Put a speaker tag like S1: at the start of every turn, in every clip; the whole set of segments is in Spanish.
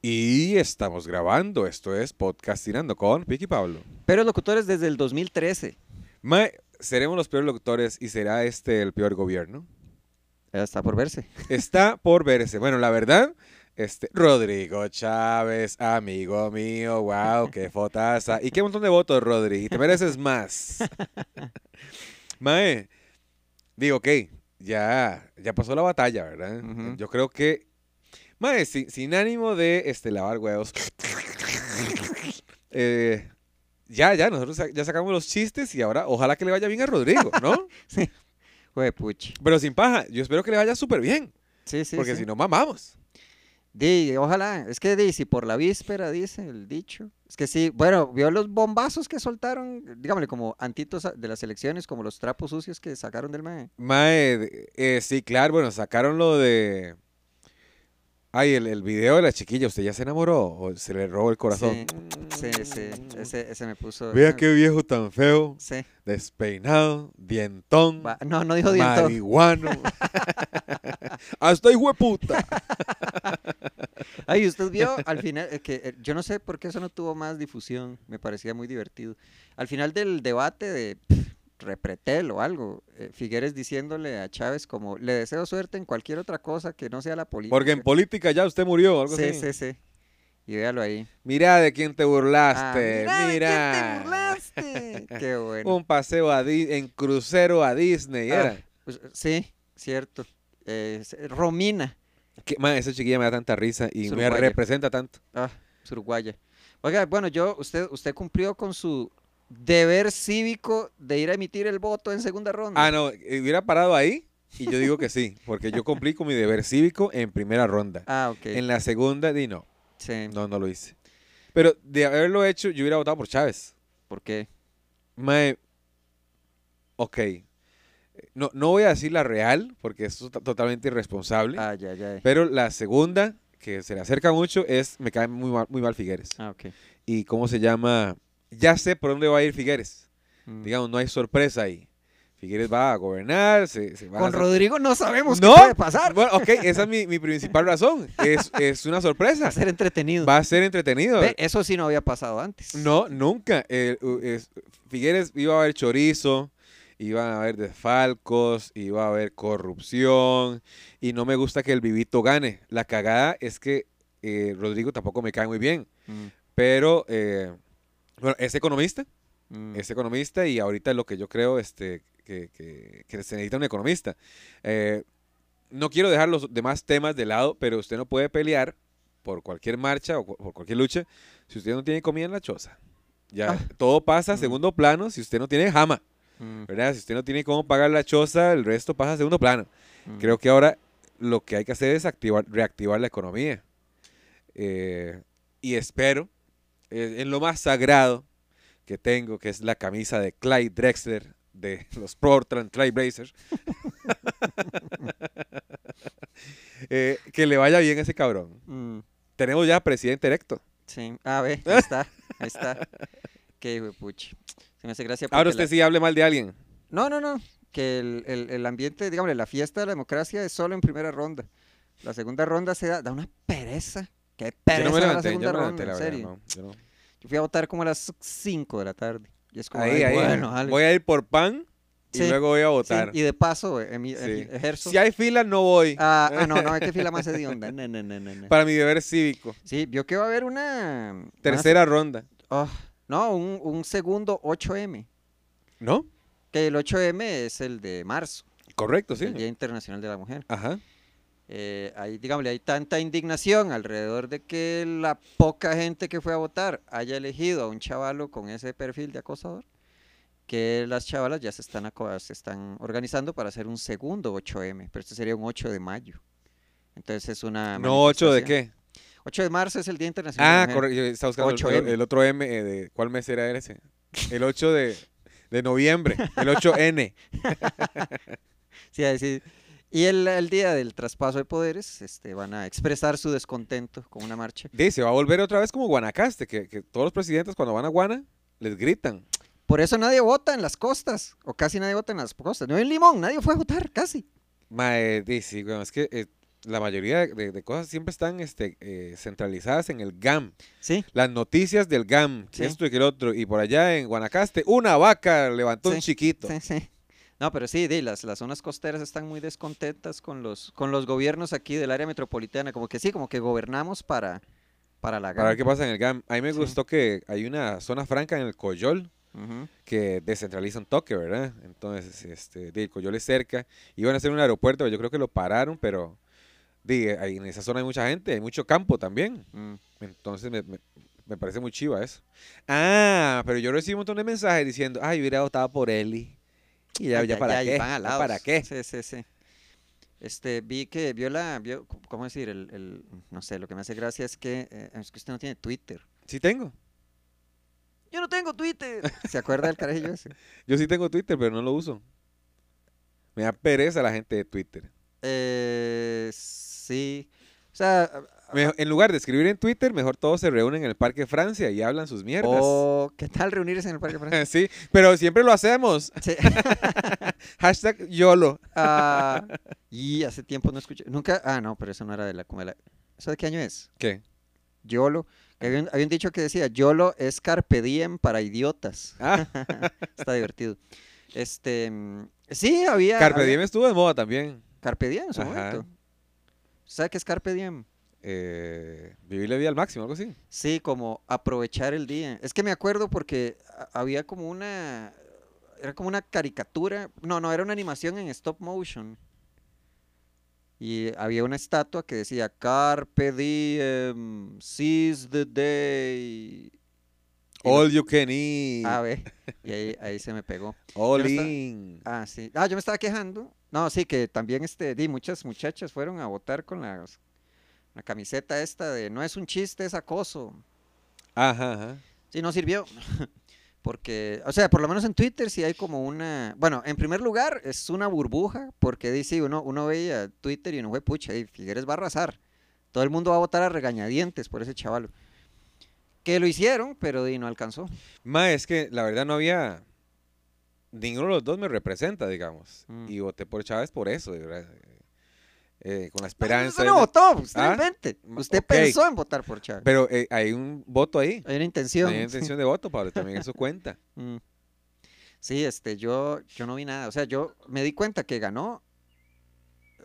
S1: Y estamos grabando. Esto es Podcastinando con Vicky Pablo.
S2: Pero locutores desde el 2013.
S1: Mae, seremos los peores locutores y será este el peor gobierno.
S2: Está por verse.
S1: Está por verse. Bueno, la verdad, este Rodrigo Chávez, amigo mío, wow, qué fotaza. Y qué montón de votos, Rodri. Y te mereces más. Mae, digo, ok, ya, ya pasó la batalla, ¿verdad?
S2: Ujú.
S1: Yo creo que. Mae, sin, sin ánimo de este, lavar huevos. eh, ya, ya, nosotros sa- ya sacamos los chistes y ahora ojalá que le vaya bien a Rodrigo, ¿no?
S2: Juepuchi.
S1: Pero sin paja, yo espero que le vaya súper bien,
S2: Sí, sí.
S1: porque
S2: sí.
S1: si no, mamamos.
S2: Di, ojalá. Es que di, si por la víspera, dice el dicho. Es que sí, bueno, vio los bombazos que soltaron, digámosle, como antitos a- de las elecciones, como los trapos sucios que sacaron del MAE.
S1: Mae, de- eh, sí, claro, bueno, sacaron lo de. Ay, el, el video de la chiquilla, ¿usted ya se enamoró o se le robó el corazón?
S2: Sí, sí, sí. Ese, ese me puso.
S1: Vea qué viejo tan feo,
S2: Sí.
S1: despeinado, dientón,
S2: Va- No, no dijo dientón.
S1: marihuano. Hasta hijueputa.
S2: Ay, usted vio al final, eh, que eh, yo no sé por qué eso no tuvo más difusión, me parecía muy divertido. Al final del debate de pf, Repretel o algo, eh, Figueres diciéndole a Chávez como, le deseo suerte en cualquier otra cosa que no sea la política.
S1: Porque en política ya usted murió, algo
S2: Sí,
S1: así.
S2: sí, sí. Y véalo ahí.
S1: Mirá de quién te
S2: Ah,
S1: burlaste,
S2: de quién
S1: mirá.
S2: te burlaste. Qué bueno.
S1: Un paseo a Di- en crucero a Disney,
S2: Ah,
S1: era.
S2: pues, sí, cierto. Eh, s- Romina.
S1: Que, mae, esa chiquilla me da tanta risa y
S2: Es
S1: me
S2: uruguaya.
S1: representa tanto.
S2: Ah, es uruguaya. Oiga, bueno, yo, usted, usted cumplió con su deber cívico de ir a emitir el voto en segunda ronda.
S1: Ah, no, eh, hubiera parado ahí y yo digo que sí, porque yo cumplí con mi deber cívico en primera ronda.
S2: Ah, ok.
S1: En la segunda, di no,
S2: Sí,
S1: no, no lo hice. Pero de haberlo hecho, yo hubiera votado por Chávez.
S2: ¿por qué?
S1: Mae, ok. Eh, No, no voy a decir la real, porque eso es to- totalmente irresponsable.
S2: Ah, ya, ya.
S1: Pero la segunda, que se le acerca mucho, es me cae muy mal, muy mal Figueres.
S2: Ah, ok.
S1: Y cómo se llama, ya sé por dónde va a ir Figueres.
S2: Mm.
S1: digamos, no hay sorpresa ahí. Figueres va a gobernar, se, se van a
S2: Con
S1: hacer-
S2: Rodrigo no sabemos
S1: ¡No!
S2: qué puede pasar.
S1: Bueno, ok, esa es mi, mi principal razón. Es, es una
S2: Va
S1: sorpresa.
S2: a ser entretenido.
S1: Va a ser entretenido.
S2: Ve, Eso sí no había pasado antes.
S1: No, nunca. El- u- es- Figueres iba a haber chorizo, iban a haber desfalcos, iba a haber corrupción. Y no me gusta que el vivito gane. La cagada es que eh, Rodrigo tampoco me cae muy bien.
S2: Mm,
S1: Pero, eh, bueno, es economista.
S2: mm.
S1: es economista y ahorita lo que yo creo este, que, que- que se necesita un economista. Eh, no quiero dejar los demás temas de lado, pero usted no puede pelear por cualquier marcha o cu- por cualquier lucha si usted no tiene comida en la choza. Ya,
S2: Ah.
S1: todo pasa a
S2: Mm.
S1: segundo plano si usted no tiene jama,
S2: Mm,
S1: ¿verdad? Si usted no tiene cómo pagar la choza, el resto pasa a segundo plano.
S2: mm.
S1: Creo que ahora lo que hay que hacer es activar, reactivar la economía. Eh, y espero, eh, en lo más sagrado que tengo, que es la camisa de Clyde Drexler de los Portland Trailblazers, eh, que le vaya bien a ese cabrón.
S2: Mm,
S1: Tenemos ya presidente electo.
S2: sí. Ah, ve, ahí está. Ahí está. Qué hijo de puchi. Se me hace gracia
S1: Ahora
S2: porque la-
S1: usted sí hable mal de alguien.
S2: No, no, no. Que el, el- el ambiente, digámosle, la fiesta de la democracia es solo en primera ronda. La segunda ronda se da, da una pereza. Qué pereza
S1: Yo no me
S2: da la
S1: levanté, yo
S2: segunda
S1: no me levanté, la verdad,
S2: ronda, en serio.
S1: no, yo no.
S2: Yo fui a votar como a las 5 de la tarde. Y es como,
S1: Ahí,
S2: ay,
S1: ahí.
S2: bueno, dale.
S1: voy a ir por pan y
S2: Sí,
S1: luego voy a
S2: Sí,
S1: votar.
S2: y de paso, eh, emi-
S1: Sí.
S2: emi- ejerzo.
S1: Si hay fila, no voy.
S2: Ah, ah, no, no, hay que fila más hedionda. No, no, no, no, no.
S1: Para mi deber cívico.
S2: Sí, vio que va a haber una. una-
S1: Tercera ronda.
S2: oh, no, un, un segundo 8M.
S1: ¿No?
S2: Que el 8M es el de marzo,
S1: Correcto, Oh, sí.
S2: el Día Internacional de la Mujer.
S1: Ajá.
S2: Eh, hay, digámosle, hay tanta indignación alrededor de que la poca gente que fue a votar haya elegido a un chavalo con ese perfil de acosador, que las chavalas ya se están, aco- se están organizando para hacer un segundo 8M, pero este sería un 8 de mayo. Entonces es una...
S1: No, 8 de
S2: Ah, manifestación.
S1: qué.
S2: 8 de marzo es el Día Internacional. de la
S1: Ah,
S2: Mujer.
S1: correcto. yo Estaba buscando el- el,
S2: 8M.
S1: otro M. eh, de, ¿Cuál mes era ese? El 8 de, de noviembre. El 8N.
S2: Sí, ahí sí. Y el, el día del traspaso de poderes este, van a expresar su descontento con una marcha.
S1: Dice, va a volver otra vez como Guanacaste, que, que todos los presidentes cuando van a Guana les gritan.
S2: Por eso nadie vota en las costas, o casi nadie vota en las costas. No en Limón, nadie fue a votar, casi.
S1: Mae, dice, bueno, es que eh, la mayoría de, de- de cosas siempre están este, eh, centralizadas en el GAM.
S2: Sí,
S1: Las noticias del GAM, que
S2: Sí.
S1: esto y que el otro. Y por allá en Guanacaste, una vaca levantó un
S2: Sí,
S1: chiquito.
S2: sí, sí. No, pero sí, di, las, las zonas costeras están muy descontentas con los, con los gobiernos aquí del área metropolitana. Como que sí, como que gobernamos para, para la
S1: Para ver
S2: gana.
S1: qué pasa en el GAM. A mí me
S2: Sí.
S1: gustó que hay una zona franca en el Coyol
S2: Ujú.
S1: que descentraliza un toque, ¿verdad? Entonces, este, di, el Coyol es cerca. Iban a hacer un aeropuerto, yo creo que lo pararon, pero di, ahí en esa zona hay mucha gente, hay mucho campo también.
S2: Mm.
S1: Entonces me, me- me parece muy chiva eso. Ah, pero yo recibí un montón de mensajes diciendo, ay, hubiera votado por Eli. Y ya,
S2: Ay,
S1: ya para
S2: y
S1: qué.
S2: van
S1: ya
S2: alados.
S1: para qué.
S2: Sí, sí, sí. Este, vi que vio la, vio, c- ¿cómo decir? El, el- no sé, lo que me hace gracia es que, eh, es que usted no tiene Twitter.
S1: Sí tengo.
S2: Yo no tengo Twitter. ¿Se acuerda del carajillo ese?
S1: Yo sí tengo Twitter, pero no lo uso. Me da pereza la gente de Twitter.
S2: Eh, sí. O sea,
S1: Me- en lugar de escribir en Twitter, mejor todos se reúnen en el Parque Francia y hablan sus mierdas.
S2: o ¿qué tal reunirse en el Parque Francia?
S1: sí, pero siempre lo hacemos.
S2: Sí.
S1: Hashtag YOLO.
S2: Ah, y hace tiempo no escuché, nunca, ah, no, pero eso no era de la, como de la, ¿eso de qué año es?
S1: ¿Qué?
S2: YOLO. Que Había un, había un dicho que decía, YOLO es carpe diem para idiotas.
S1: Ah,
S2: Está divertido. Este, mm, sí, había...
S1: Carpe
S2: había-
S1: Diem estuvo de moda también.
S2: Carpe diem en su
S1: Ajá.
S2: momento. ¿Sabe qué es carpe diem?
S1: Eh, vivir la vida al máximo, algo así.
S2: Sí, como aprovechar el día. Es que me acuerdo porque a- había como una... Era como una caricatura. No, no, era una animación en stop motion. Y había una estatua que decía Carpe diem, seize the day. Y lo-
S1: All you can eat.
S2: Ah, ve, Y ahí, ahí se me pegó.
S1: all
S2: yo no estaba-
S1: in.
S2: Ah, sí. Ah, yo me estaba quejando. No, sí, que también este, di, muchas muchachas fueron a votar con la, la camiseta esta de no es un chiste, es acoso.
S1: Ajá, ajá.
S2: Sí, no sirvió. Porque, o sea, por lo menos en Twitter sí hay como una. Bueno, en primer lugar, es una burbuja, porque dice, uno, uno veía Twitter y uno fue pucha, y Figueres va a arrasar. Todo el mundo va a votar a regañadientes por ese chavalo. Que lo hicieron, pero di, no alcanzó.
S1: Ma, es que la verdad no había. Ninguno de los dos me representa, digamos.
S2: Mm.
S1: Y voté por Chávez por eso, de verdad. Eh, con la
S2: Usted
S1: esperanza. de-
S2: no votó, usted
S1: ¿Ah?
S2: invente.
S1: Ma-
S2: Usted
S1: ok.
S2: pensó en votar por Chávez.
S1: Pero eh, hay un voto ahí.
S2: Hay una intención.
S1: Hay una
S2: sí.
S1: intención de voto, Pablo. También eso cuenta.
S2: Mm. Sí, este, yo, yo no vi nada. O sea, yo me di cuenta que ganó.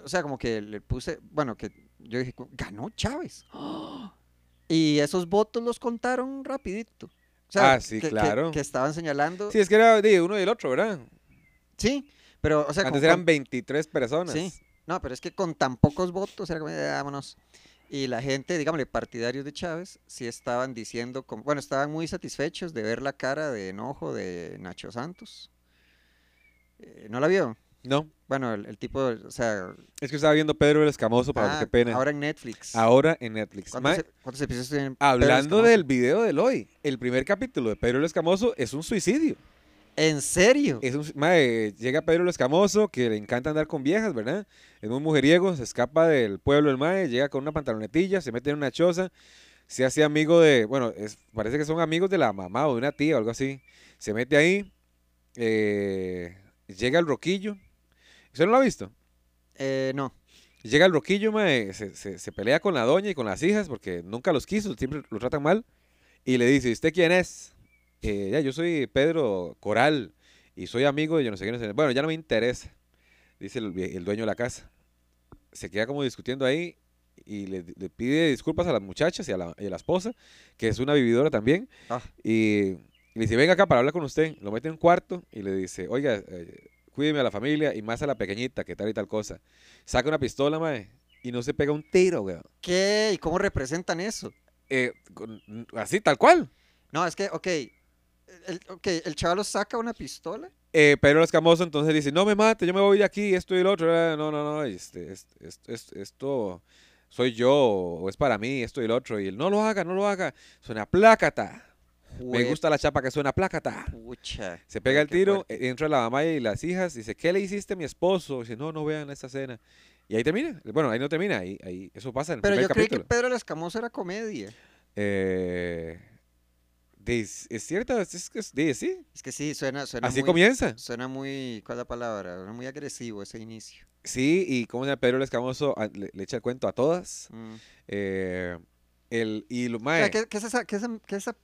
S2: O sea, como que le puse, bueno, que yo dije, "Cu- ganó Chávez. ¡Ah! Y esos votos los contaron rapidito. O sea,
S1: Ah, sí,
S2: que, que-
S1: claro.
S2: Que, estaban señalando.
S1: Sí,
S2: Sí,
S1: es que era de uno y el otro, ¿verdad?
S2: pero, o sea,
S1: Antes
S2: con-
S1: eran 23 personas.
S2: Sí, no, pero es que con tan pocos votos era como, "Eh, vámonos. Y la gente, digámosle, partidarios de Chávez, sí estaban diciendo, como- bueno, estaban muy satisfechos de ver la cara de enojo de Nacho Santos. Eh, ¿No la vio?
S1: No.
S2: Bueno, el, el tipo, o sea,
S1: Es que estaba viendo Pedro el Escamoso, Pablo.
S2: ah,
S1: qué pena. Ahora,
S2: ahora en Netflix.
S1: en Netflix. Ma,
S2: ¿Cuántos, ep- cuántos episodios tienen? Pedro
S1: hablando
S2: Escamoso?
S1: del video del hoy, el primer capítulo de Pedro el Escamoso es un suicidio.
S2: ¿En serio?
S1: Es un- mae, llega Pedro el Escamoso, que le encanta andar con viejas, ¿verdad? Es un mujeriego, se escapa del pueblo el mae, llega con una pantalonetilla, se mete en una choza, se hace amigo de, bueno, es- parece que son amigos de la mamá o de una tía o algo así. Se mete ahí, eh, llega el roquillo. ¿Usted no lo ha visto?
S2: Eh, no.
S1: Llega el roquillo, mae, se, se- se pelea con la doña y con las hijas porque nunca los quiso, siempre lo tratan mal. Y le dice, "¿Y ¿usted quién es? Eh, ya, yo soy Pedro Coral y soy amigo de yo no sé qué, no sé qué". Bueno, ya no me interesa, dice el, vie- el dueño de la casa. Se queda como discutiendo ahí y le, le pide disculpas a las muchachas y a la, y a la esposa, que es una vividora también.
S2: Ah.
S1: Y le dice, venga acá para hablar con usted. Lo mete en un cuarto y le dice, oiga, eh, cuídeme a la familia y más a la pequeñita, que tal y tal cosa saca una pistola, mae, y no se pega un tiro, weón.
S2: ¿Qué? ¿Y cómo representan eso?
S1: Eh, con- así, tal cual.
S2: No, es que, ok, el, ok, el chavalo saca una pistola.
S1: Eh, Pedro Escamoso entonces dice, no me mate, yo me voy de aquí, esto y lo otro. Eh, No, no, no, este, este, este, este- esto soy yo, o es para mí, esto y lo otro. Y él, no lo haga, no lo haga. Suena plácata. Me
S2: Jue-
S1: gusta la chapa que suena plácata.
S2: Pucha.
S1: Se pega
S2: Ay,
S1: el
S2: qué
S1: tiro,
S2: fuerte.
S1: eh, entra la mamá y las hijas, dice, ¿qué le hiciste a mi esposo? Dice, no, no vean esta escena. Y ahí termina. Bueno, ahí no termina, ahí, ahí eso pasa en el
S2: Pero
S1: primer
S2: yo creí
S1: capítulo.
S2: que Pedro el Escamoso era comedia.
S1: Eh, de- es, es cierta, es, es, es- de- sí.
S2: Es que sí, suena, suena
S1: Así
S2: muy...
S1: comienza.
S2: Suena muy, ¿cuál es la palabra? Suena muy agresivo ese inicio.
S1: Sí, y como se llama Pedro el Escamoso a- le, le echa el cuento a todas.
S2: Mm.
S1: Eh, el, y lo,
S2: O
S1: mae,
S2: sea, ¿qué, qué es esa, qué es esa- qué es esa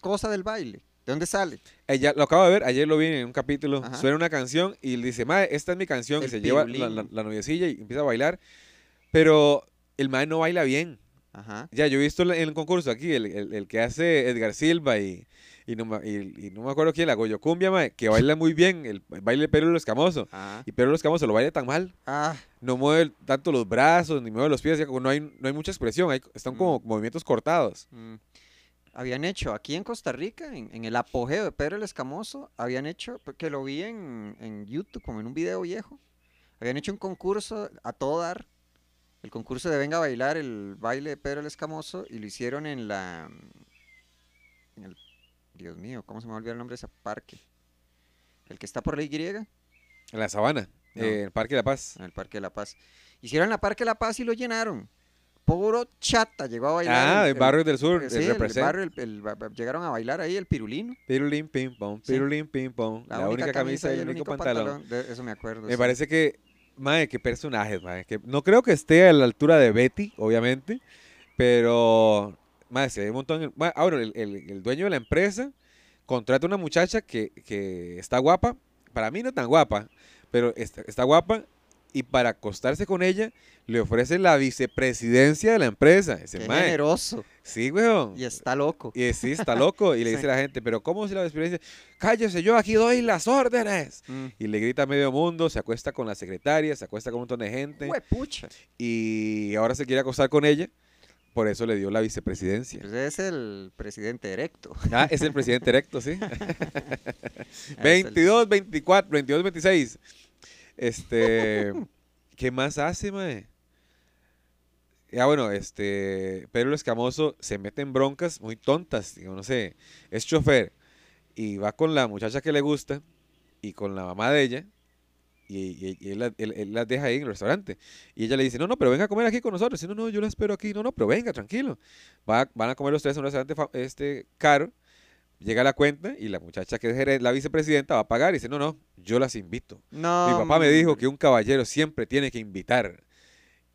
S2: cosa del baile? ¿De dónde sale?
S1: eh, ya lo acabo de ver, ayer lo vi en un capítulo.
S2: Ajá.
S1: Suena una canción y le dice, mae, esta es mi canción. Y
S2: El
S1: se lleva la, la,
S2: pirulín.
S1: la noviecilla y empieza a bailar. Pero el mae no baila bien.
S2: Ajá.
S1: Ya, yo he visto en el concurso aquí, el, el- el que hace Edgar Silva y, y, no, ma- y- y no me acuerdo quién, la Goyocumbia, mae, que baila muy bien, el, el baile de Pedro el Escamoso.
S2: Ah.
S1: Y Pedro el Escamoso lo baila tan mal.
S2: Ah,
S1: no mueve tanto los brazos ni mueve los pies, ya como no hay, no hay mucha expresión, hay, están como movimientos cortados.
S2: mm. Habían hecho aquí en Costa Rica, en, en el apogeo de Pedro el Escamoso, habían hecho, porque lo vi en, en YouTube, como en un video viejo, habían hecho un concurso a todo dar, el concurso de Venga a Bailar, el baile de Pedro el Escamoso, y lo hicieron en la... en el- Dios mío, ¿cómo se me olvidó el nombre de ese parque? El que está por la Y.
S1: En la sabana,
S2: No.
S1: eh, en el Parque de la Paz.
S2: en el Parque de la Paz. Hicieron la Parque de la Paz y lo llenaron. Puro chata llegó a bailar.
S1: ah,
S2: el-
S1: el,
S2: el-
S1: barrio del sur,
S2: eh,
S1: el
S2: sí, el
S1: represent.
S2: barrio, el- el ba- ba- llegaron a bailar ahí el pirulino.
S1: Pirulín, ping pong,
S2: Sí.
S1: pirulín, ping pong. La, única, camisa y el único pantalón.
S2: De- eso me acuerdo.
S1: Me
S2: sí.
S1: parece que, madre, qué personajes, madre. Que no creo que esté a la altura de Betty, obviamente, pero, madre, se ve un montón. mae, ah, bueno, el, el- el dueño de la empresa contrata una muchacha que, que está guapa, para mí no tan guapa, pero está, está guapa, y para acostarse con ella le ofrece la vicepresidencia de la empresa. Dice,
S2: Qué
S1: "Mae,
S2: generoso.
S1: sí, weón.
S2: Y está loco.
S1: Y sí, está loco. Y le
S2: Sí.
S1: dice la gente, pero ¿cómo se la vicepresidencia? Cállese, yo aquí doy las órdenes
S2: Mm.
S1: y le grita a medio mundo, se acuesta con la secretaria, se acuesta con un montón de gente
S2: Juepucha.
S1: y ahora se quiere acostar con ella, por eso le dio la vicepresidencia.
S2: Pues es el presidente erecto.
S1: Ah, es el presidente erecto, sí.
S2: Es el-
S1: 22, 24, 22, 26. Este, ¿qué más hace, mae? Ah, bueno, este, Pedro el Escamoso se mete en broncas muy tontas, digo, no sé, es chofer y va con la muchacha que le gusta y con la mamá de ella y, y- y él, la- él- él las deja ahí en el restaurante y ella le dice, no, no, pero venga a comer aquí con nosotros, si no, no, yo la espero aquí, no, no, pero venga, tranquilo. Va- van a comer los tres en un restaurante fa- este, caro Llega la cuenta y la muchacha que es gere- la vicepresidenta va a pagar y dice, no, no, yo las invito.
S2: No,
S1: Mi papá me dijo
S2: hombre.
S1: que un caballero siempre tiene que invitar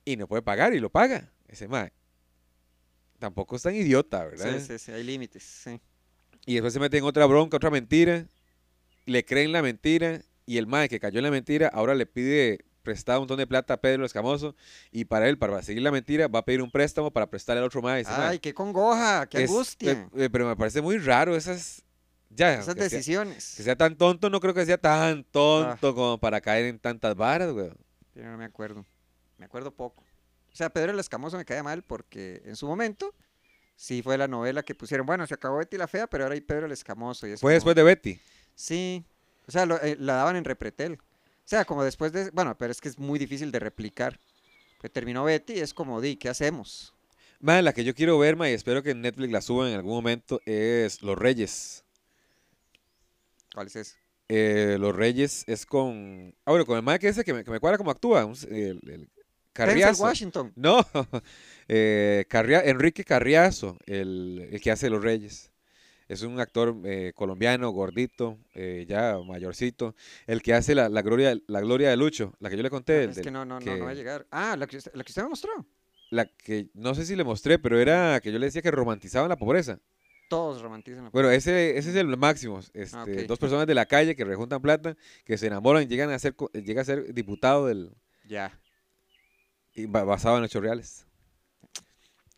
S1: y no puede pagar y lo paga. Ese mae tampoco es tan idiota, ¿verdad?
S2: Sí, sí, sí, hay límites. sí.
S1: Y después se mete en otra bronca, otra mentira, le creen la mentira y el mae que cayó en la mentira ahora le pide prestado un montón de plata a Pedro Escamoso y para él, para seguir la mentira, va a pedir un préstamo para prestarle al otro mae. Ese mae
S2: Ay, qué congoja, qué
S1: es-
S2: angustia.
S1: eh, eh, pero me parece muy raro esas... Ya,
S2: Esas
S1: aunque sea-
S2: decisiones.
S1: que sea tan tonto, no creo que sea tan tonto
S2: Ah.
S1: como para caer en tantas varas, güey.
S2: Yo no me acuerdo. Me acuerdo poco. O sea, Pedro el Escamoso me cae mal porque en su momento sí fue la novela que pusieron. Bueno, se acabó Betty la Fea, pero ahora hay Pedro el Escamoso. Y es
S1: Fue
S2: como-
S1: después de Betty.
S2: Sí. O sea, lo- eh, la daban en repretel. O sea, como después de. Bueno, pero es que es muy difícil de replicar. Que terminó Betty y es como, di, ¿qué hacemos?
S1: Madre, la que yo quiero ver, ma, y espero que en Netflix la suban en algún momento, es Los Reyes.
S2: ¿Cuál es eso?
S1: Eh, Los Reyes es con... Ah, bueno, con el madre que ese que me, que me cuadra como actúa. un- el, el
S2: Denzel
S1: Carriazo.
S2: Washington.
S1: No, eh, Carria- Enrique Carriazo, el, el que hace Los Reyes. Es un actor eh, colombiano, gordito, eh, ya mayorcito. El que hace la, la gloria, la gloria de Lucho, la que yo le conté. el
S2: Ah, es
S1: del-
S2: que no, no, no,
S1: que-
S2: no va a llegar. Ah, la que, usted- la que usted me mostró.
S1: la que no sé si le mostré, pero era que yo le decía que romantizaban la pobreza.
S2: Todos romantizan la
S1: Bueno, ese, ese es el máximo. Este,
S2: Ah, ok.
S1: Dos personas de la calle que rejuntan plata, que se enamoran y llegan a ser, co- eh, llega a ser diputado del,
S2: Ya.
S1: y ba- basado en hechos reales.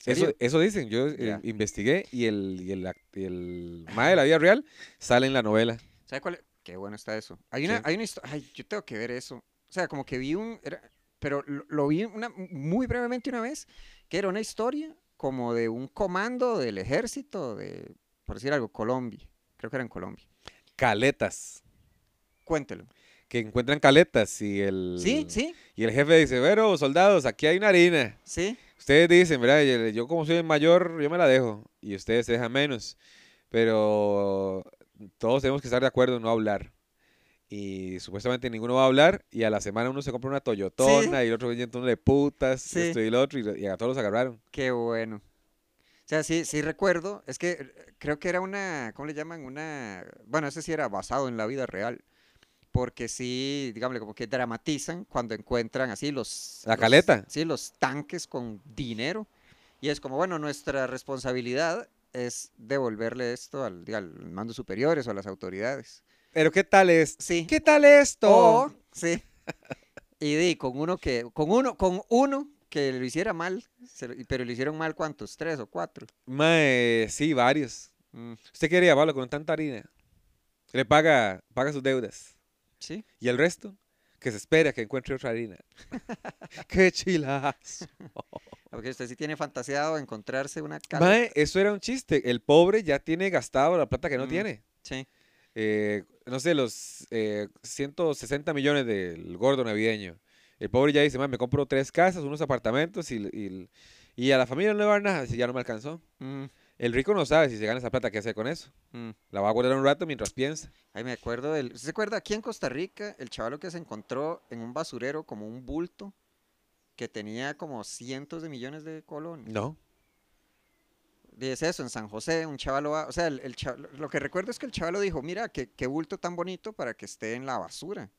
S1: Eso,
S2: ¿Serio?
S1: eso dicen, yo eh,
S2: Ya.
S1: investigué y el, y el, act- y el mae de la vida real sale en la novela.
S2: ¿Sabe cuál? es? Qué bueno está eso. Hay una,
S1: Sí.
S2: hay una historia. Ay, yo tengo que ver eso. O sea, como que vi un. era- pero lo, lo vi una, muy brevemente una vez, que era una historia como de un comando del ejército de, por decir algo, Colombia. Creo que era en Colombia.
S1: Caletas,
S2: Cuéntelo.
S1: que encuentran caletas y el,
S2: Sí, sí,
S1: Y el jefe dice, pero soldados, aquí hay una harina.
S2: sí.
S1: Ustedes dicen, ¿verdad? Yo, yo como soy el mayor, yo me la dejo. Y ustedes se dejan menos. Pero todos tenemos que estar de acuerdo en no hablar. Y supuestamente ninguno va a hablar. Y a la semana uno se compra una Toyotona y el otro un de putas,
S2: Sí.
S1: esto y el otro. Y, y a todos los agarraron.
S2: Qué bueno. O sea, sí, sí recuerdo, es que eh, creo que era una, ¿cómo le llaman? Una, bueno, ese sí era basado en la vida real, porque sí, digamos, como que dramatizan cuando encuentran así los...
S1: La
S2: los-
S1: caleta.
S2: Sí, los tanques con dinero. Y es como, bueno, nuestra responsabilidad es devolverle esto al, diga, al mando superiores o a las autoridades.
S1: Pero ¿qué tal es?
S2: Sí.
S1: ¿Qué tal esto?
S2: O, sí. Y di, con uno que, con uno, con uno que lo hiciera mal, se lo- pero lo hicieron mal cuántos, tres o cuatro.
S1: Mae, sí, varios.
S2: Mm,
S1: ¿Usted quería, Pablo, con tanta harina? Le paga, paga sus deudas.
S2: sí.
S1: ¿Y el resto? Que se espera que encuentre otra harina. ¡Qué chilas!
S2: Porque usted sí tiene fantaseado encontrarse una caleta.
S1: Mae, eso era un chiste. El pobre ya tiene gastado la plata que no
S2: Mm.
S1: tiene.
S2: Sí.
S1: eh, no sé, los eh, 160 millones del gordo navideño. El pobre ya dice, "Ma, me compro tres casas, unos apartamentos y, y- y a la familia no le va a dar nada, si ya no me alcanzó.
S2: Mm,
S1: El rico no sabe si se gana esa plata, ¿qué hacer con eso?
S2: mm.
S1: La va a guardar un rato mientras piensa.
S2: Ay, me acuerdo del. ¿Usted se acuerda aquí en Costa Rica, el chavalo que se encontró en un basurero como un bulto que tenía como cientos de millones de colones?
S1: No.
S2: Y es eso, en San José, un chavalo va- O sea, el, el chavalo- lo que recuerdo es que el chavalo dijo: Mira, qué, qué bulto tan bonito para que esté en la basura.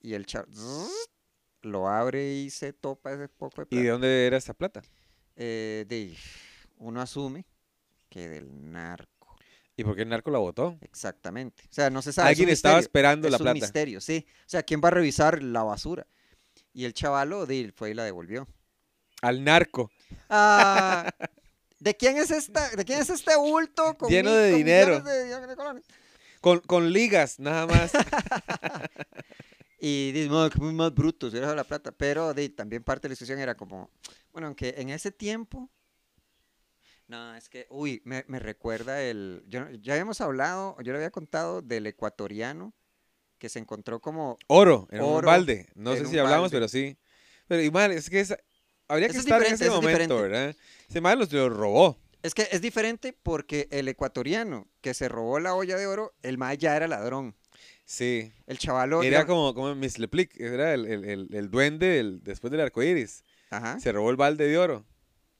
S2: Y el chavalo lo abre y se topa ese poco de
S1: ¿Y de
S2: plata.
S1: dónde era esa plata?
S2: Eh, de- uno asume que del narco.
S1: ¿Y por qué el narco la votó?
S2: Exactamente. O sea, no se sabe. es un
S1: Alguien estaba
S2: misterio.
S1: esperando
S2: es
S1: la
S2: un
S1: plata.
S2: misterio, sí. O sea, ¿quién va a revisar la basura? Y el chavalo de, fue y la devolvió.
S1: Al narco.
S2: Ah, ¿De quién es esta, de quién es este bulto con
S1: Lleno
S2: mil-
S1: de
S2: con
S1: dinero.
S2: millones de- millones de colones?
S1: Con, con ligas, nada más.
S2: Y dice, "Mae, qué muy más brutos, era la plata. Pero de, también parte de la discusión era como, bueno, aunque en ese tiempo. No, es que, uy, me, me recuerda el. yo no- ya habíamos hablado, yo le había contado del ecuatoriano que se encontró como.
S1: Oro, en un
S2: Oro
S1: balde. No
S2: en
S1: sé si
S2: un
S1: hablamos,
S2: balde.
S1: pero sí. Pero igual, es que esa- habría que
S2: Ese es
S1: estar en
S2: diferente,
S1: ese
S2: ese es
S1: momento,
S2: diferente.
S1: ¿verdad? Ese mal los los robó.
S2: Es que es diferente porque el ecuatoriano que se robó la olla de oro, el más ya era ladrón.
S1: Sí.
S2: El chavalo.
S1: Era
S2: digamos-
S1: como, como Miss Leplic, era el, el- el- el duende del- después del arco iris.
S2: Ajá.
S1: Se robó el balde de oro.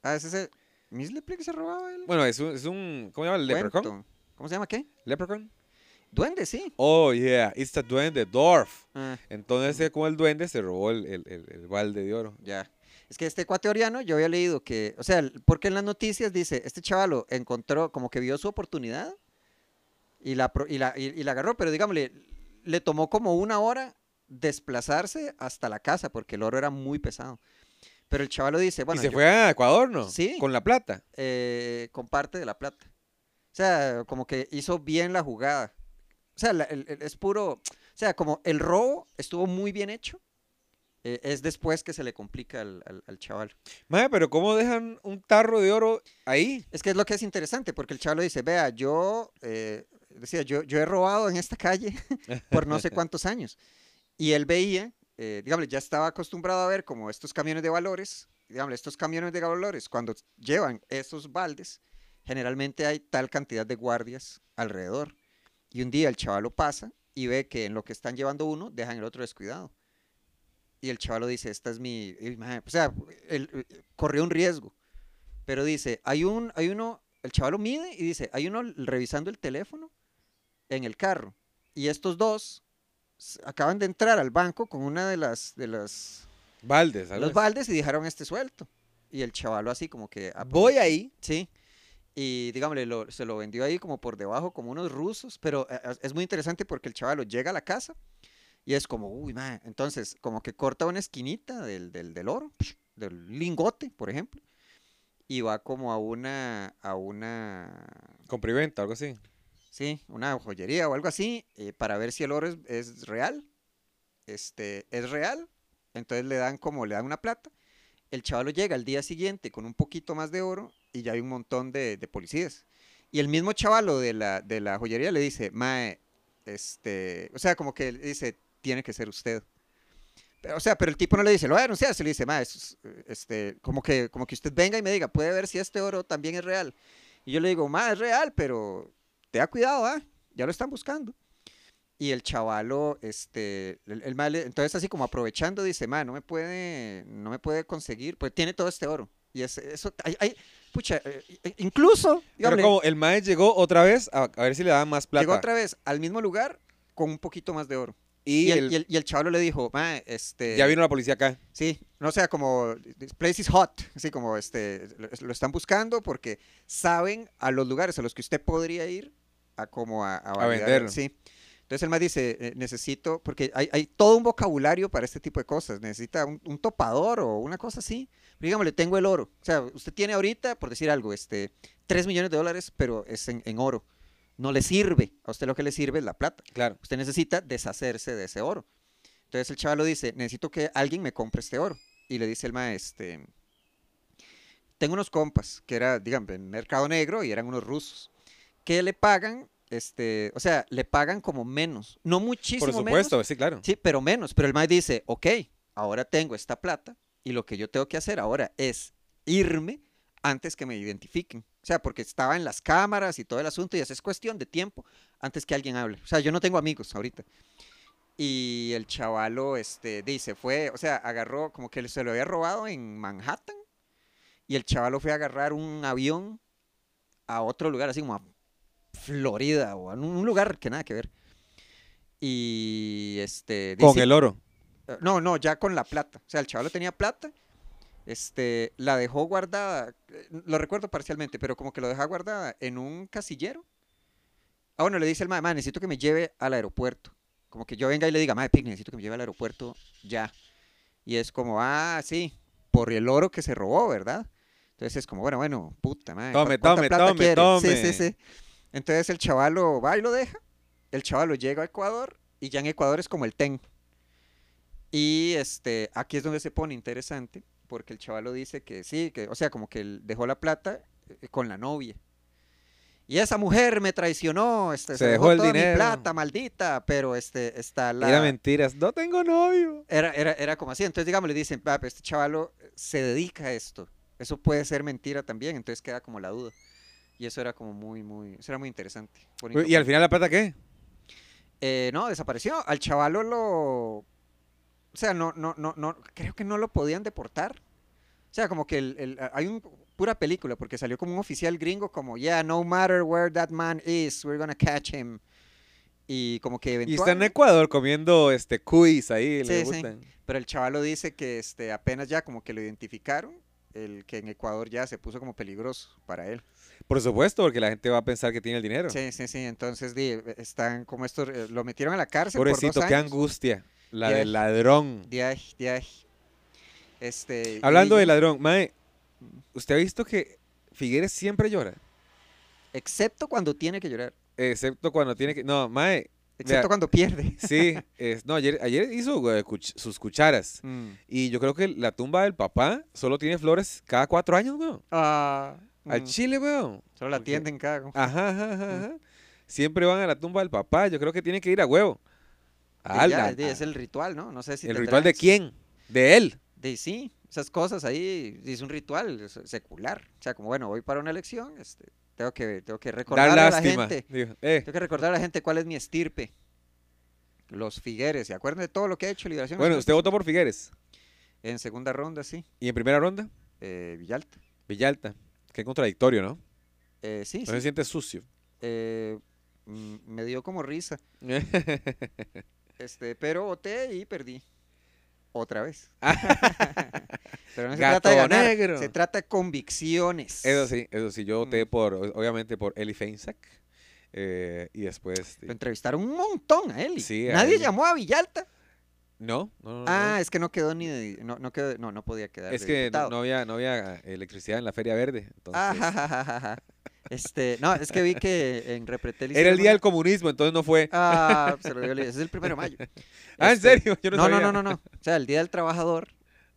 S2: Ah, ese es el. ¿Miss Leplic se robaba el
S1: Bueno, es un, es un- ¿cómo se llama? ¿Leprechaun?
S2: cuento? ¿Cómo se llama qué?
S1: ¿Leprechaun?
S2: Duende, sí.
S1: Oh, yeah, it's a duende, dwarf.
S2: Ah.
S1: Entonces, eh, como el duende, se robó el, el- el- el balde de oro.
S2: Ya. Es que este ecuatoriano, yo había leído que, o sea, el- porque en las noticias dice, este chavalo encontró, como que vio su oportunidad y la, apro- y la, y- y la agarró, pero digámosle, le tomó como una hora desplazarse hasta la casa porque el oro era muy pesado. Pero el chavalo dice, bueno,
S1: y se
S2: yo-
S1: fue a Ecuador, ¿no?
S2: Sí.
S1: Con la plata.
S2: eh, con parte de la plata. O sea, como que hizo bien la jugada. O sea, la- el- el- es puro, o sea, como el robo estuvo muy bien hecho, eh, es después que se le complica al, al, al chaval.
S1: Mae, pero ¿cómo dejan un tarro de oro ahí?
S2: Es que es lo que es interesante, porque el chavo dice, vea, yo, eh, decía, yo, yo he robado en esta calle por no sé cuántos años. Y él veía, eh, digamos, ya estaba acostumbrado a ver como estos camiones de valores, digamos, estos camiones de valores, cuando llevan esos baldes, generalmente hay tal cantidad de guardias alrededor. Y un día el chaval lo pasa y ve que en lo que están llevando uno, dejan el otro descuidado. Y el chaval dice, esta es mi... y, mae, O sea, él, eh, corrió un riesgo. Pero dice, hay, un, hay uno, el chaval lo mide y dice, hay uno revisando el teléfono en el carro. Y estos dos s- acaban de entrar al banco con una de las, de las
S1: Baldes, algo
S2: los
S1: así.
S2: baldes y dejaron este suelto. Y el chaval así como que... aprovechó.
S1: Voy ahí.
S2: Sí. Y digámosle, lo- se lo vendió ahí como por debajo, como unos rusos, pero eh, eh, es muy interesante porque el chaval llega a la casa y es como, uy, mae, entonces como que corta una esquinita del, del, del oro, del lingote, por ejemplo, y va como a una, a una,
S1: Compriventa, algo así.
S2: sí, una joyería o algo así, eh, para ver si el oro es, es real, este, es real, entonces le dan como, le dan una plata, el chaval llega al día siguiente con un poquito más de oro y ya hay un montón de, de policías. Y el mismo chavalo de la, de la joyería le dice, mae, este, o sea, como que le dice, tiene que ser usted. Pero, o sea, pero el tipo no le dice, lo va a denunciar, se le dice, mae, es- este, como que, como que usted venga y me diga, puede ver si este oro también es real. Y yo le digo, mae, es real, pero te da cuidado, ¿ah? Ya lo están buscando. Y el chavalo, este, el, el mae le- entonces así como aprovechando, dice, mae, no me puede, no me puede conseguir, pues tiene todo este oro. Y es, eso, hay, hay- pucha, eh, eh, incluso,
S1: Pero
S2: dígame,
S1: como el mae llegó otra vez a, a ver si le daban más plata.
S2: llegó otra vez al mismo lugar con un poquito más de oro.
S1: y
S2: Y, el,
S1: el-
S2: y el- y el chavalo le dijo, mae, este...
S1: ya vino la policía acá.
S2: Sí, no sea como "This place is hot, así como este lo, lo están buscando porque saben a los lugares a los que usted podría ir a como a, a validar,
S1: venderlo.
S2: Sí. Entonces el más dice, "Eh, necesito, porque hay, hay todo un vocabulario para este tipo de cosas, necesita un, un topador o una cosa así. Dígame, le tengo el oro. O sea, usted tiene ahorita, por decir algo, este 3 millones de dólares, pero es en, en oro. No le sirve. A usted lo que le sirve es la plata.
S1: Claro.
S2: Usted necesita deshacerse de ese oro. Entonces el chaval dice, necesito que alguien me compre este oro. Y le dice el maestro, tengo unos compas que era, digamos, en mercado negro y eran unos rusos, que le pagan, este, o sea, le pagan como menos, no muchísimo
S1: Por
S2: menos,
S1: supuesto, sí, claro.
S2: Sí, pero menos. Pero el maestro dice, ok, ahora tengo esta plata y lo que yo tengo que hacer ahora es irme antes que me identifiquen. O sea, porque estaba en las cámaras y todo el asunto y eso es cuestión de tiempo antes que alguien hable. O sea, yo no tengo amigos ahorita. Y el chavalo, este, dice, fue, o sea, agarró, como que se lo había robado en Manhattan y el chavalo fue a agarrar un avión a otro lugar, así como a Florida o a un- un lugar que nada que ver. Y este...
S1: Con
S2: dice-
S1: el oro.
S2: eh, No, no, ya con la plata. O sea, el chaval tenía plata. Este, la dejó guardada, eh, lo recuerdo parcialmente, pero como que lo deja guardada en un casillero. Ah, bueno, le dice el mae, "Mae, necesito que me lleve al aeropuerto. Como que yo venga y le diga, mae, Pic, necesito que me lleve al aeropuerto ya. Y es como, ah, sí, por el oro que se robó, ¿verdad? Entonces es como, bueno, bueno, puta, mae.
S1: Tome,
S2: ¿cu- cuánta
S1: tome,
S2: plata
S1: tome,
S2: quiere?"
S1: tome.
S2: Sí, sí, sí. Entonces el chavalo va y lo deja. El chavalo llega a Ecuador y ya en Ecuador es como el TEN. Y este, aquí es donde se pone interesante, porque el chavalo dice que sí, que, o sea, como que él dejó la plata eh, con la novia. Y esa mujer me traicionó, este,
S1: Se dejó el
S2: toda mi
S1: dinero.
S2: plata, maldita, pero este, está la...
S1: Era mentiras. No tengo novio.
S2: Era, era, era como así. Entonces, digamos, le dicen, "Ah, pero este chavalo se dedica a esto. Eso puede ser mentira también. Entonces queda como la duda. Y eso era como muy, muy, eso era muy interesante. bonito.
S1: ¿Y al final la plata qué?
S2: Eh, no, desapareció. Al chavalo lo. O sea, no, no, no, no, creo que no lo podían deportar. O sea, como que el, el- hay un pura película, porque salió como un oficial gringo, como, yeah, no matter where that man is, we're gonna catch him. Y como que
S1: Y está en
S2: eventualmente.
S1: Ecuador comiendo este cuis ahí. le
S2: Sí, sí.
S1: gustan.
S2: Pero el chavalo dice que este, apenas ya como que lo identificaron, el que en Ecuador ya se puso como peligroso para él.
S1: Por supuesto, porque la gente va a pensar que tiene el dinero.
S2: Sí, sí, sí. Entonces di, eh, están como estos, eh, lo metieron a la cárcel. por dos
S1: Pobrecito, qué
S2: años.
S1: angustia. La
S2: Ya.
S1: del ladrón.
S2: Diaj, diaj. Este. y
S1: Hablando de
S2: ya,
S1: ladrón, Mae, ¿usted ha visto que Figueres siempre llora?
S2: Excepto cuando tiene que llorar.
S1: Excepto cuando tiene que. No, Mae,
S2: Excepto
S1: Vea.
S2: cuando pierde.
S1: sí. es- no, ayer, ayer hizo eh, cuch- sus cucharas.
S2: Mm.
S1: Y yo creo que la tumba del papá solo tiene flores cada cuatro años, weón.
S2: Ah,
S1: Al
S2: mm.
S1: chile, weón.
S2: Solo la
S1: porque-
S2: atienden cada.
S1: Ajá, ajá, ajá, ajá. Siempre van a la tumba del papá. Yo creo que tiene que ir a huevo.
S2: Ah,
S1: A la-
S2: es el ritual, ¿no? No sé si
S1: ¿El
S2: tendrán-
S1: ritual de quién? De él.
S2: De sí, esas cosas ahí es un ritual es secular. O sea, como bueno, voy para una elección, este, tengo que tengo que recordar
S1: Dar
S2: a la
S1: lástima.
S2: gente,
S1: Dijo, eh,
S2: tengo que recordar a la gente cuál es mi estirpe. Los Figueres, ¿se acuerdan de todo lo que ha hecho Liberación?
S1: Bueno, usted
S2: Nacional?
S1: votó por Figueres.
S2: en segunda ronda, sí,
S1: ¿Y en primera ronda?
S2: eh, Villalta.
S1: Villalta. Qué contradictorio, ¿no?
S2: Eh, sí,
S1: No se
S2: sí.
S1: siente sucio.
S2: eh, mm, me dio como risa. Este, pero voté y perdí. Otra vez. pero no se trata de
S1: Gato
S2: ganar,
S1: negro.
S2: se trata de convicciones.
S1: Eso sí, eso sí. Yo voté
S2: Mm.
S1: por, o- obviamente, por Eli Feinsack. eh, y después.
S2: Lo entrevistaron un montón a Eli.
S1: Sí, a
S2: Nadie
S1: Eli.
S2: llamó a Villalta.
S1: No, no, no, no.
S2: Ah, es que no quedó ni de, no, no quedó, no, no podía quedar.
S1: es
S2: de
S1: que no,
S2: diputado.
S1: no había, no había electricidad en la Feria Verde. Entonces,
S2: Ah, ja, ja, ja, ja, ja. Este, no, es que vi que en Repretel
S1: Era el día del
S2: hicieron
S1: comunismo, entonces no fue.
S2: una- Ah, se lo dio Eli, Es el primero de mayo.
S1: Ah, ¿en
S2: Este,
S1: serio? Yo no,
S2: No, no,
S1: sabía.
S2: no, no, no. O sea, el día del trabajador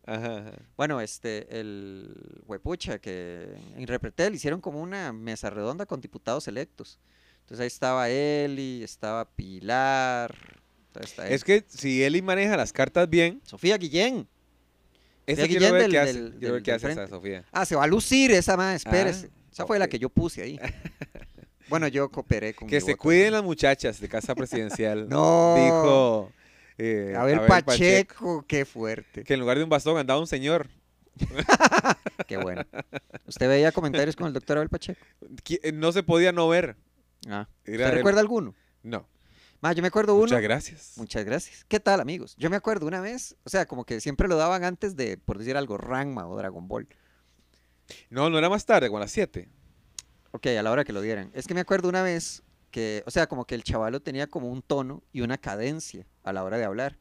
S1: Ajá, ajá.
S2: Bueno, este, el huepucha que en Repretel hicieron como una mesa redonda con diputados electos. Entonces ahí estaba Eli, estaba Pilar, entonces está
S1: Es
S2: él.
S1: que si Eli maneja las cartas bien,
S2: Sofía Guillén.
S1: ese
S2: Sofía
S1: quiero
S2: Guillén
S1: ver
S2: del-
S1: qué hace.
S2: del-
S1: quiero ver
S2: del-
S1: qué
S2: del
S1: hace esa
S2: frente.
S1: Sofía.
S2: Ah, se va a lucir esa más, espérese. esa fue
S1: Ah,
S2: la
S1: ok.
S2: que yo puse ahí. bueno, yo cooperé con
S1: Que
S2: mi
S1: se
S2: voto,
S1: cuiden
S2: ¿no?
S1: las muchachas de casa presidencial.
S2: No.
S1: Dijo. eh,
S2: Abel
S1: Abel
S2: Pacheco, qué fuerte.
S1: Que en lugar de un bastón andaba un señor.
S2: Qué bueno. ¿Usted veía comentarios con el doctor Abel Pacheco?
S1: Qui- eh, No se podía no ver.
S2: Ah.
S1: Era
S2: ¿Usted
S1: el-
S2: recuerda alguno?
S1: No.
S2: Más, yo me acuerdo uno.
S1: Muchas gracias.
S2: Muchas gracias. ¿Qué tal, amigos? Yo me acuerdo una vez, o sea, como que siempre lo daban antes de, por decir algo, Ranma o Dragon Ball.
S1: No, no era más tarde, como a las 7.
S2: Ok, a la hora que lo dieran. Es que me acuerdo una vez que, o sea, como que el chavalo tenía como un tono y una cadencia a la hora de hablar.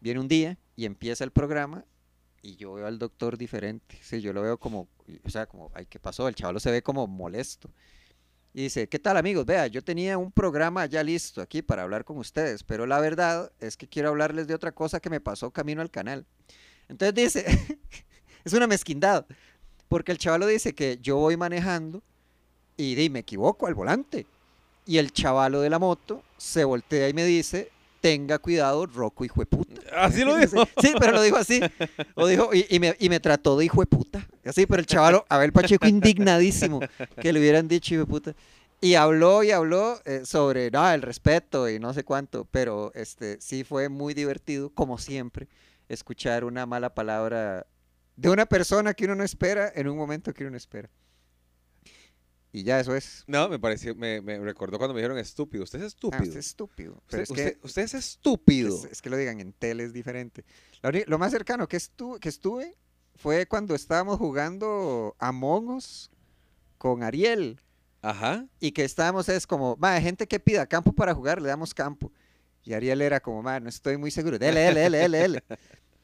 S2: Viene un día y empieza el programa y yo veo al doctor diferente. Sí, yo lo veo como, o sea, como, ay, ¿qué pasó? El chavalo se ve como molesto. Y dice, ¿qué tal amigos? Vea, yo tenía un programa ya listo aquí para hablar con ustedes, pero la verdad es que quiero hablarles de otra cosa que me pasó camino al canal. Entonces dice, es una mezquindad, porque el chavalo dice que yo voy manejando y, di, me equivoco al volante. Y el chavalo de la moto se voltea y me dice, tenga cuidado, roco hijo de puta.
S1: Así lo dijo.
S2: Sí, pero lo dijo así. Lo dijo y, y me, y me trató de hijo de puta. Así, pero el chavalo, Abel Pacheco, indignadísimo que le hubieran dicho hijo de puta. Y habló y habló eh, sobre no, el respeto y no sé cuánto, pero este sí fue muy divertido, como siempre, escuchar una mala palabra de una persona que uno no espera en un momento que uno no espera. Y ya eso es.
S1: No, me pareció, me, me recordó cuando me dijeron estúpido. Usted es
S2: Ah,
S1: estúpido.
S2: usted es
S1: usted,
S2: estúpido. Pero es que-
S1: usted- usted es estúpido.
S2: Es, es que lo digan en tele es diferente. La uni- lo más cercano que, estu- que estuve fue cuando estábamos jugando a Us con Ariel
S1: Ajá.
S2: y que estábamos es como, ma, gente que pida campo para jugar, le damos campo. Y Ariel era como, ma, no estoy muy seguro, dele, dele, dele, dele, dele".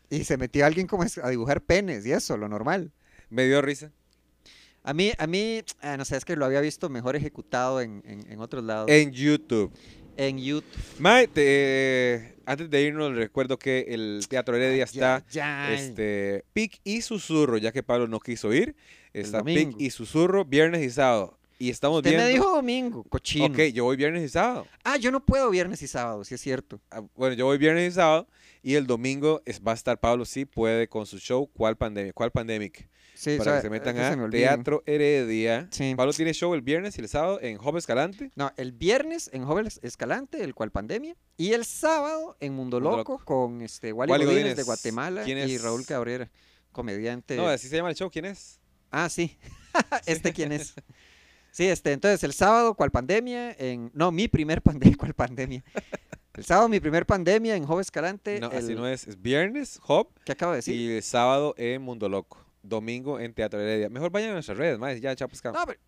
S2: Y se metió alguien como es- a dibujar penes y eso, lo normal.
S1: Me dio risa.
S2: A mí, a mí, ah, no sé, es que lo había visto mejor ejecutado en, en- en otros lados.
S1: En YouTube.
S2: en YouTube.
S1: Mae, te- eh, antes de irnos, les recuerdo que el Teatro Heredia está
S2: Ya, ya.
S1: este, Pic y Susurro, ya que Pablo no quiso ir. Está Pic
S2: domingo.
S1: y Susurro, viernes y sábado. Y estamos
S2: Usted
S1: viendo.
S2: me dijo domingo, cochino.
S1: Ok, yo voy viernes y sábado.
S2: Ah, yo no puedo viernes y sábado, sí es cierto.
S1: Ah, Bueno, yo voy viernes y sábado. Y el domingo es, va a estar Pablo, sí puede, con su show ¿Cuál Pandemic? ¿Cuál Pandemic?
S2: Sí,
S1: para
S2: sabe,
S1: que se
S2: es
S1: metan
S2: se me
S1: a
S2: olvidan.
S1: Teatro Heredia.
S2: Sí.
S1: Pablo tiene show el viernes y el sábado en Job Escalante.
S2: No, el viernes en Joven Escalante, el cual pandemia, y el sábado en Mundo
S1: Mundo
S2: Loco con este Wally,
S1: Wally
S2: Godínez de
S1: Godínez.
S2: Guatemala
S1: ¿Quién
S2: y
S1: es?
S2: Raúl Cabrera, comediante.
S1: No, así se llama el show. ¿Quién es?
S2: Ah, sí. este quién es. Sí, este, entonces el sábado cual pandemia en no, mi primer pandemia, cual pandemia. El sábado mi primer pandemia en Joven Escalante,
S1: No,
S2: el, ¿Ah,
S1: así no es. Es viernes, Job,
S2: que acabo de decir.
S1: y el sábado en Mundo Loco. Domingo en Teatro Heredia. Mejor vayan a nuestras redes, más ya pues, chapas
S2: No, pero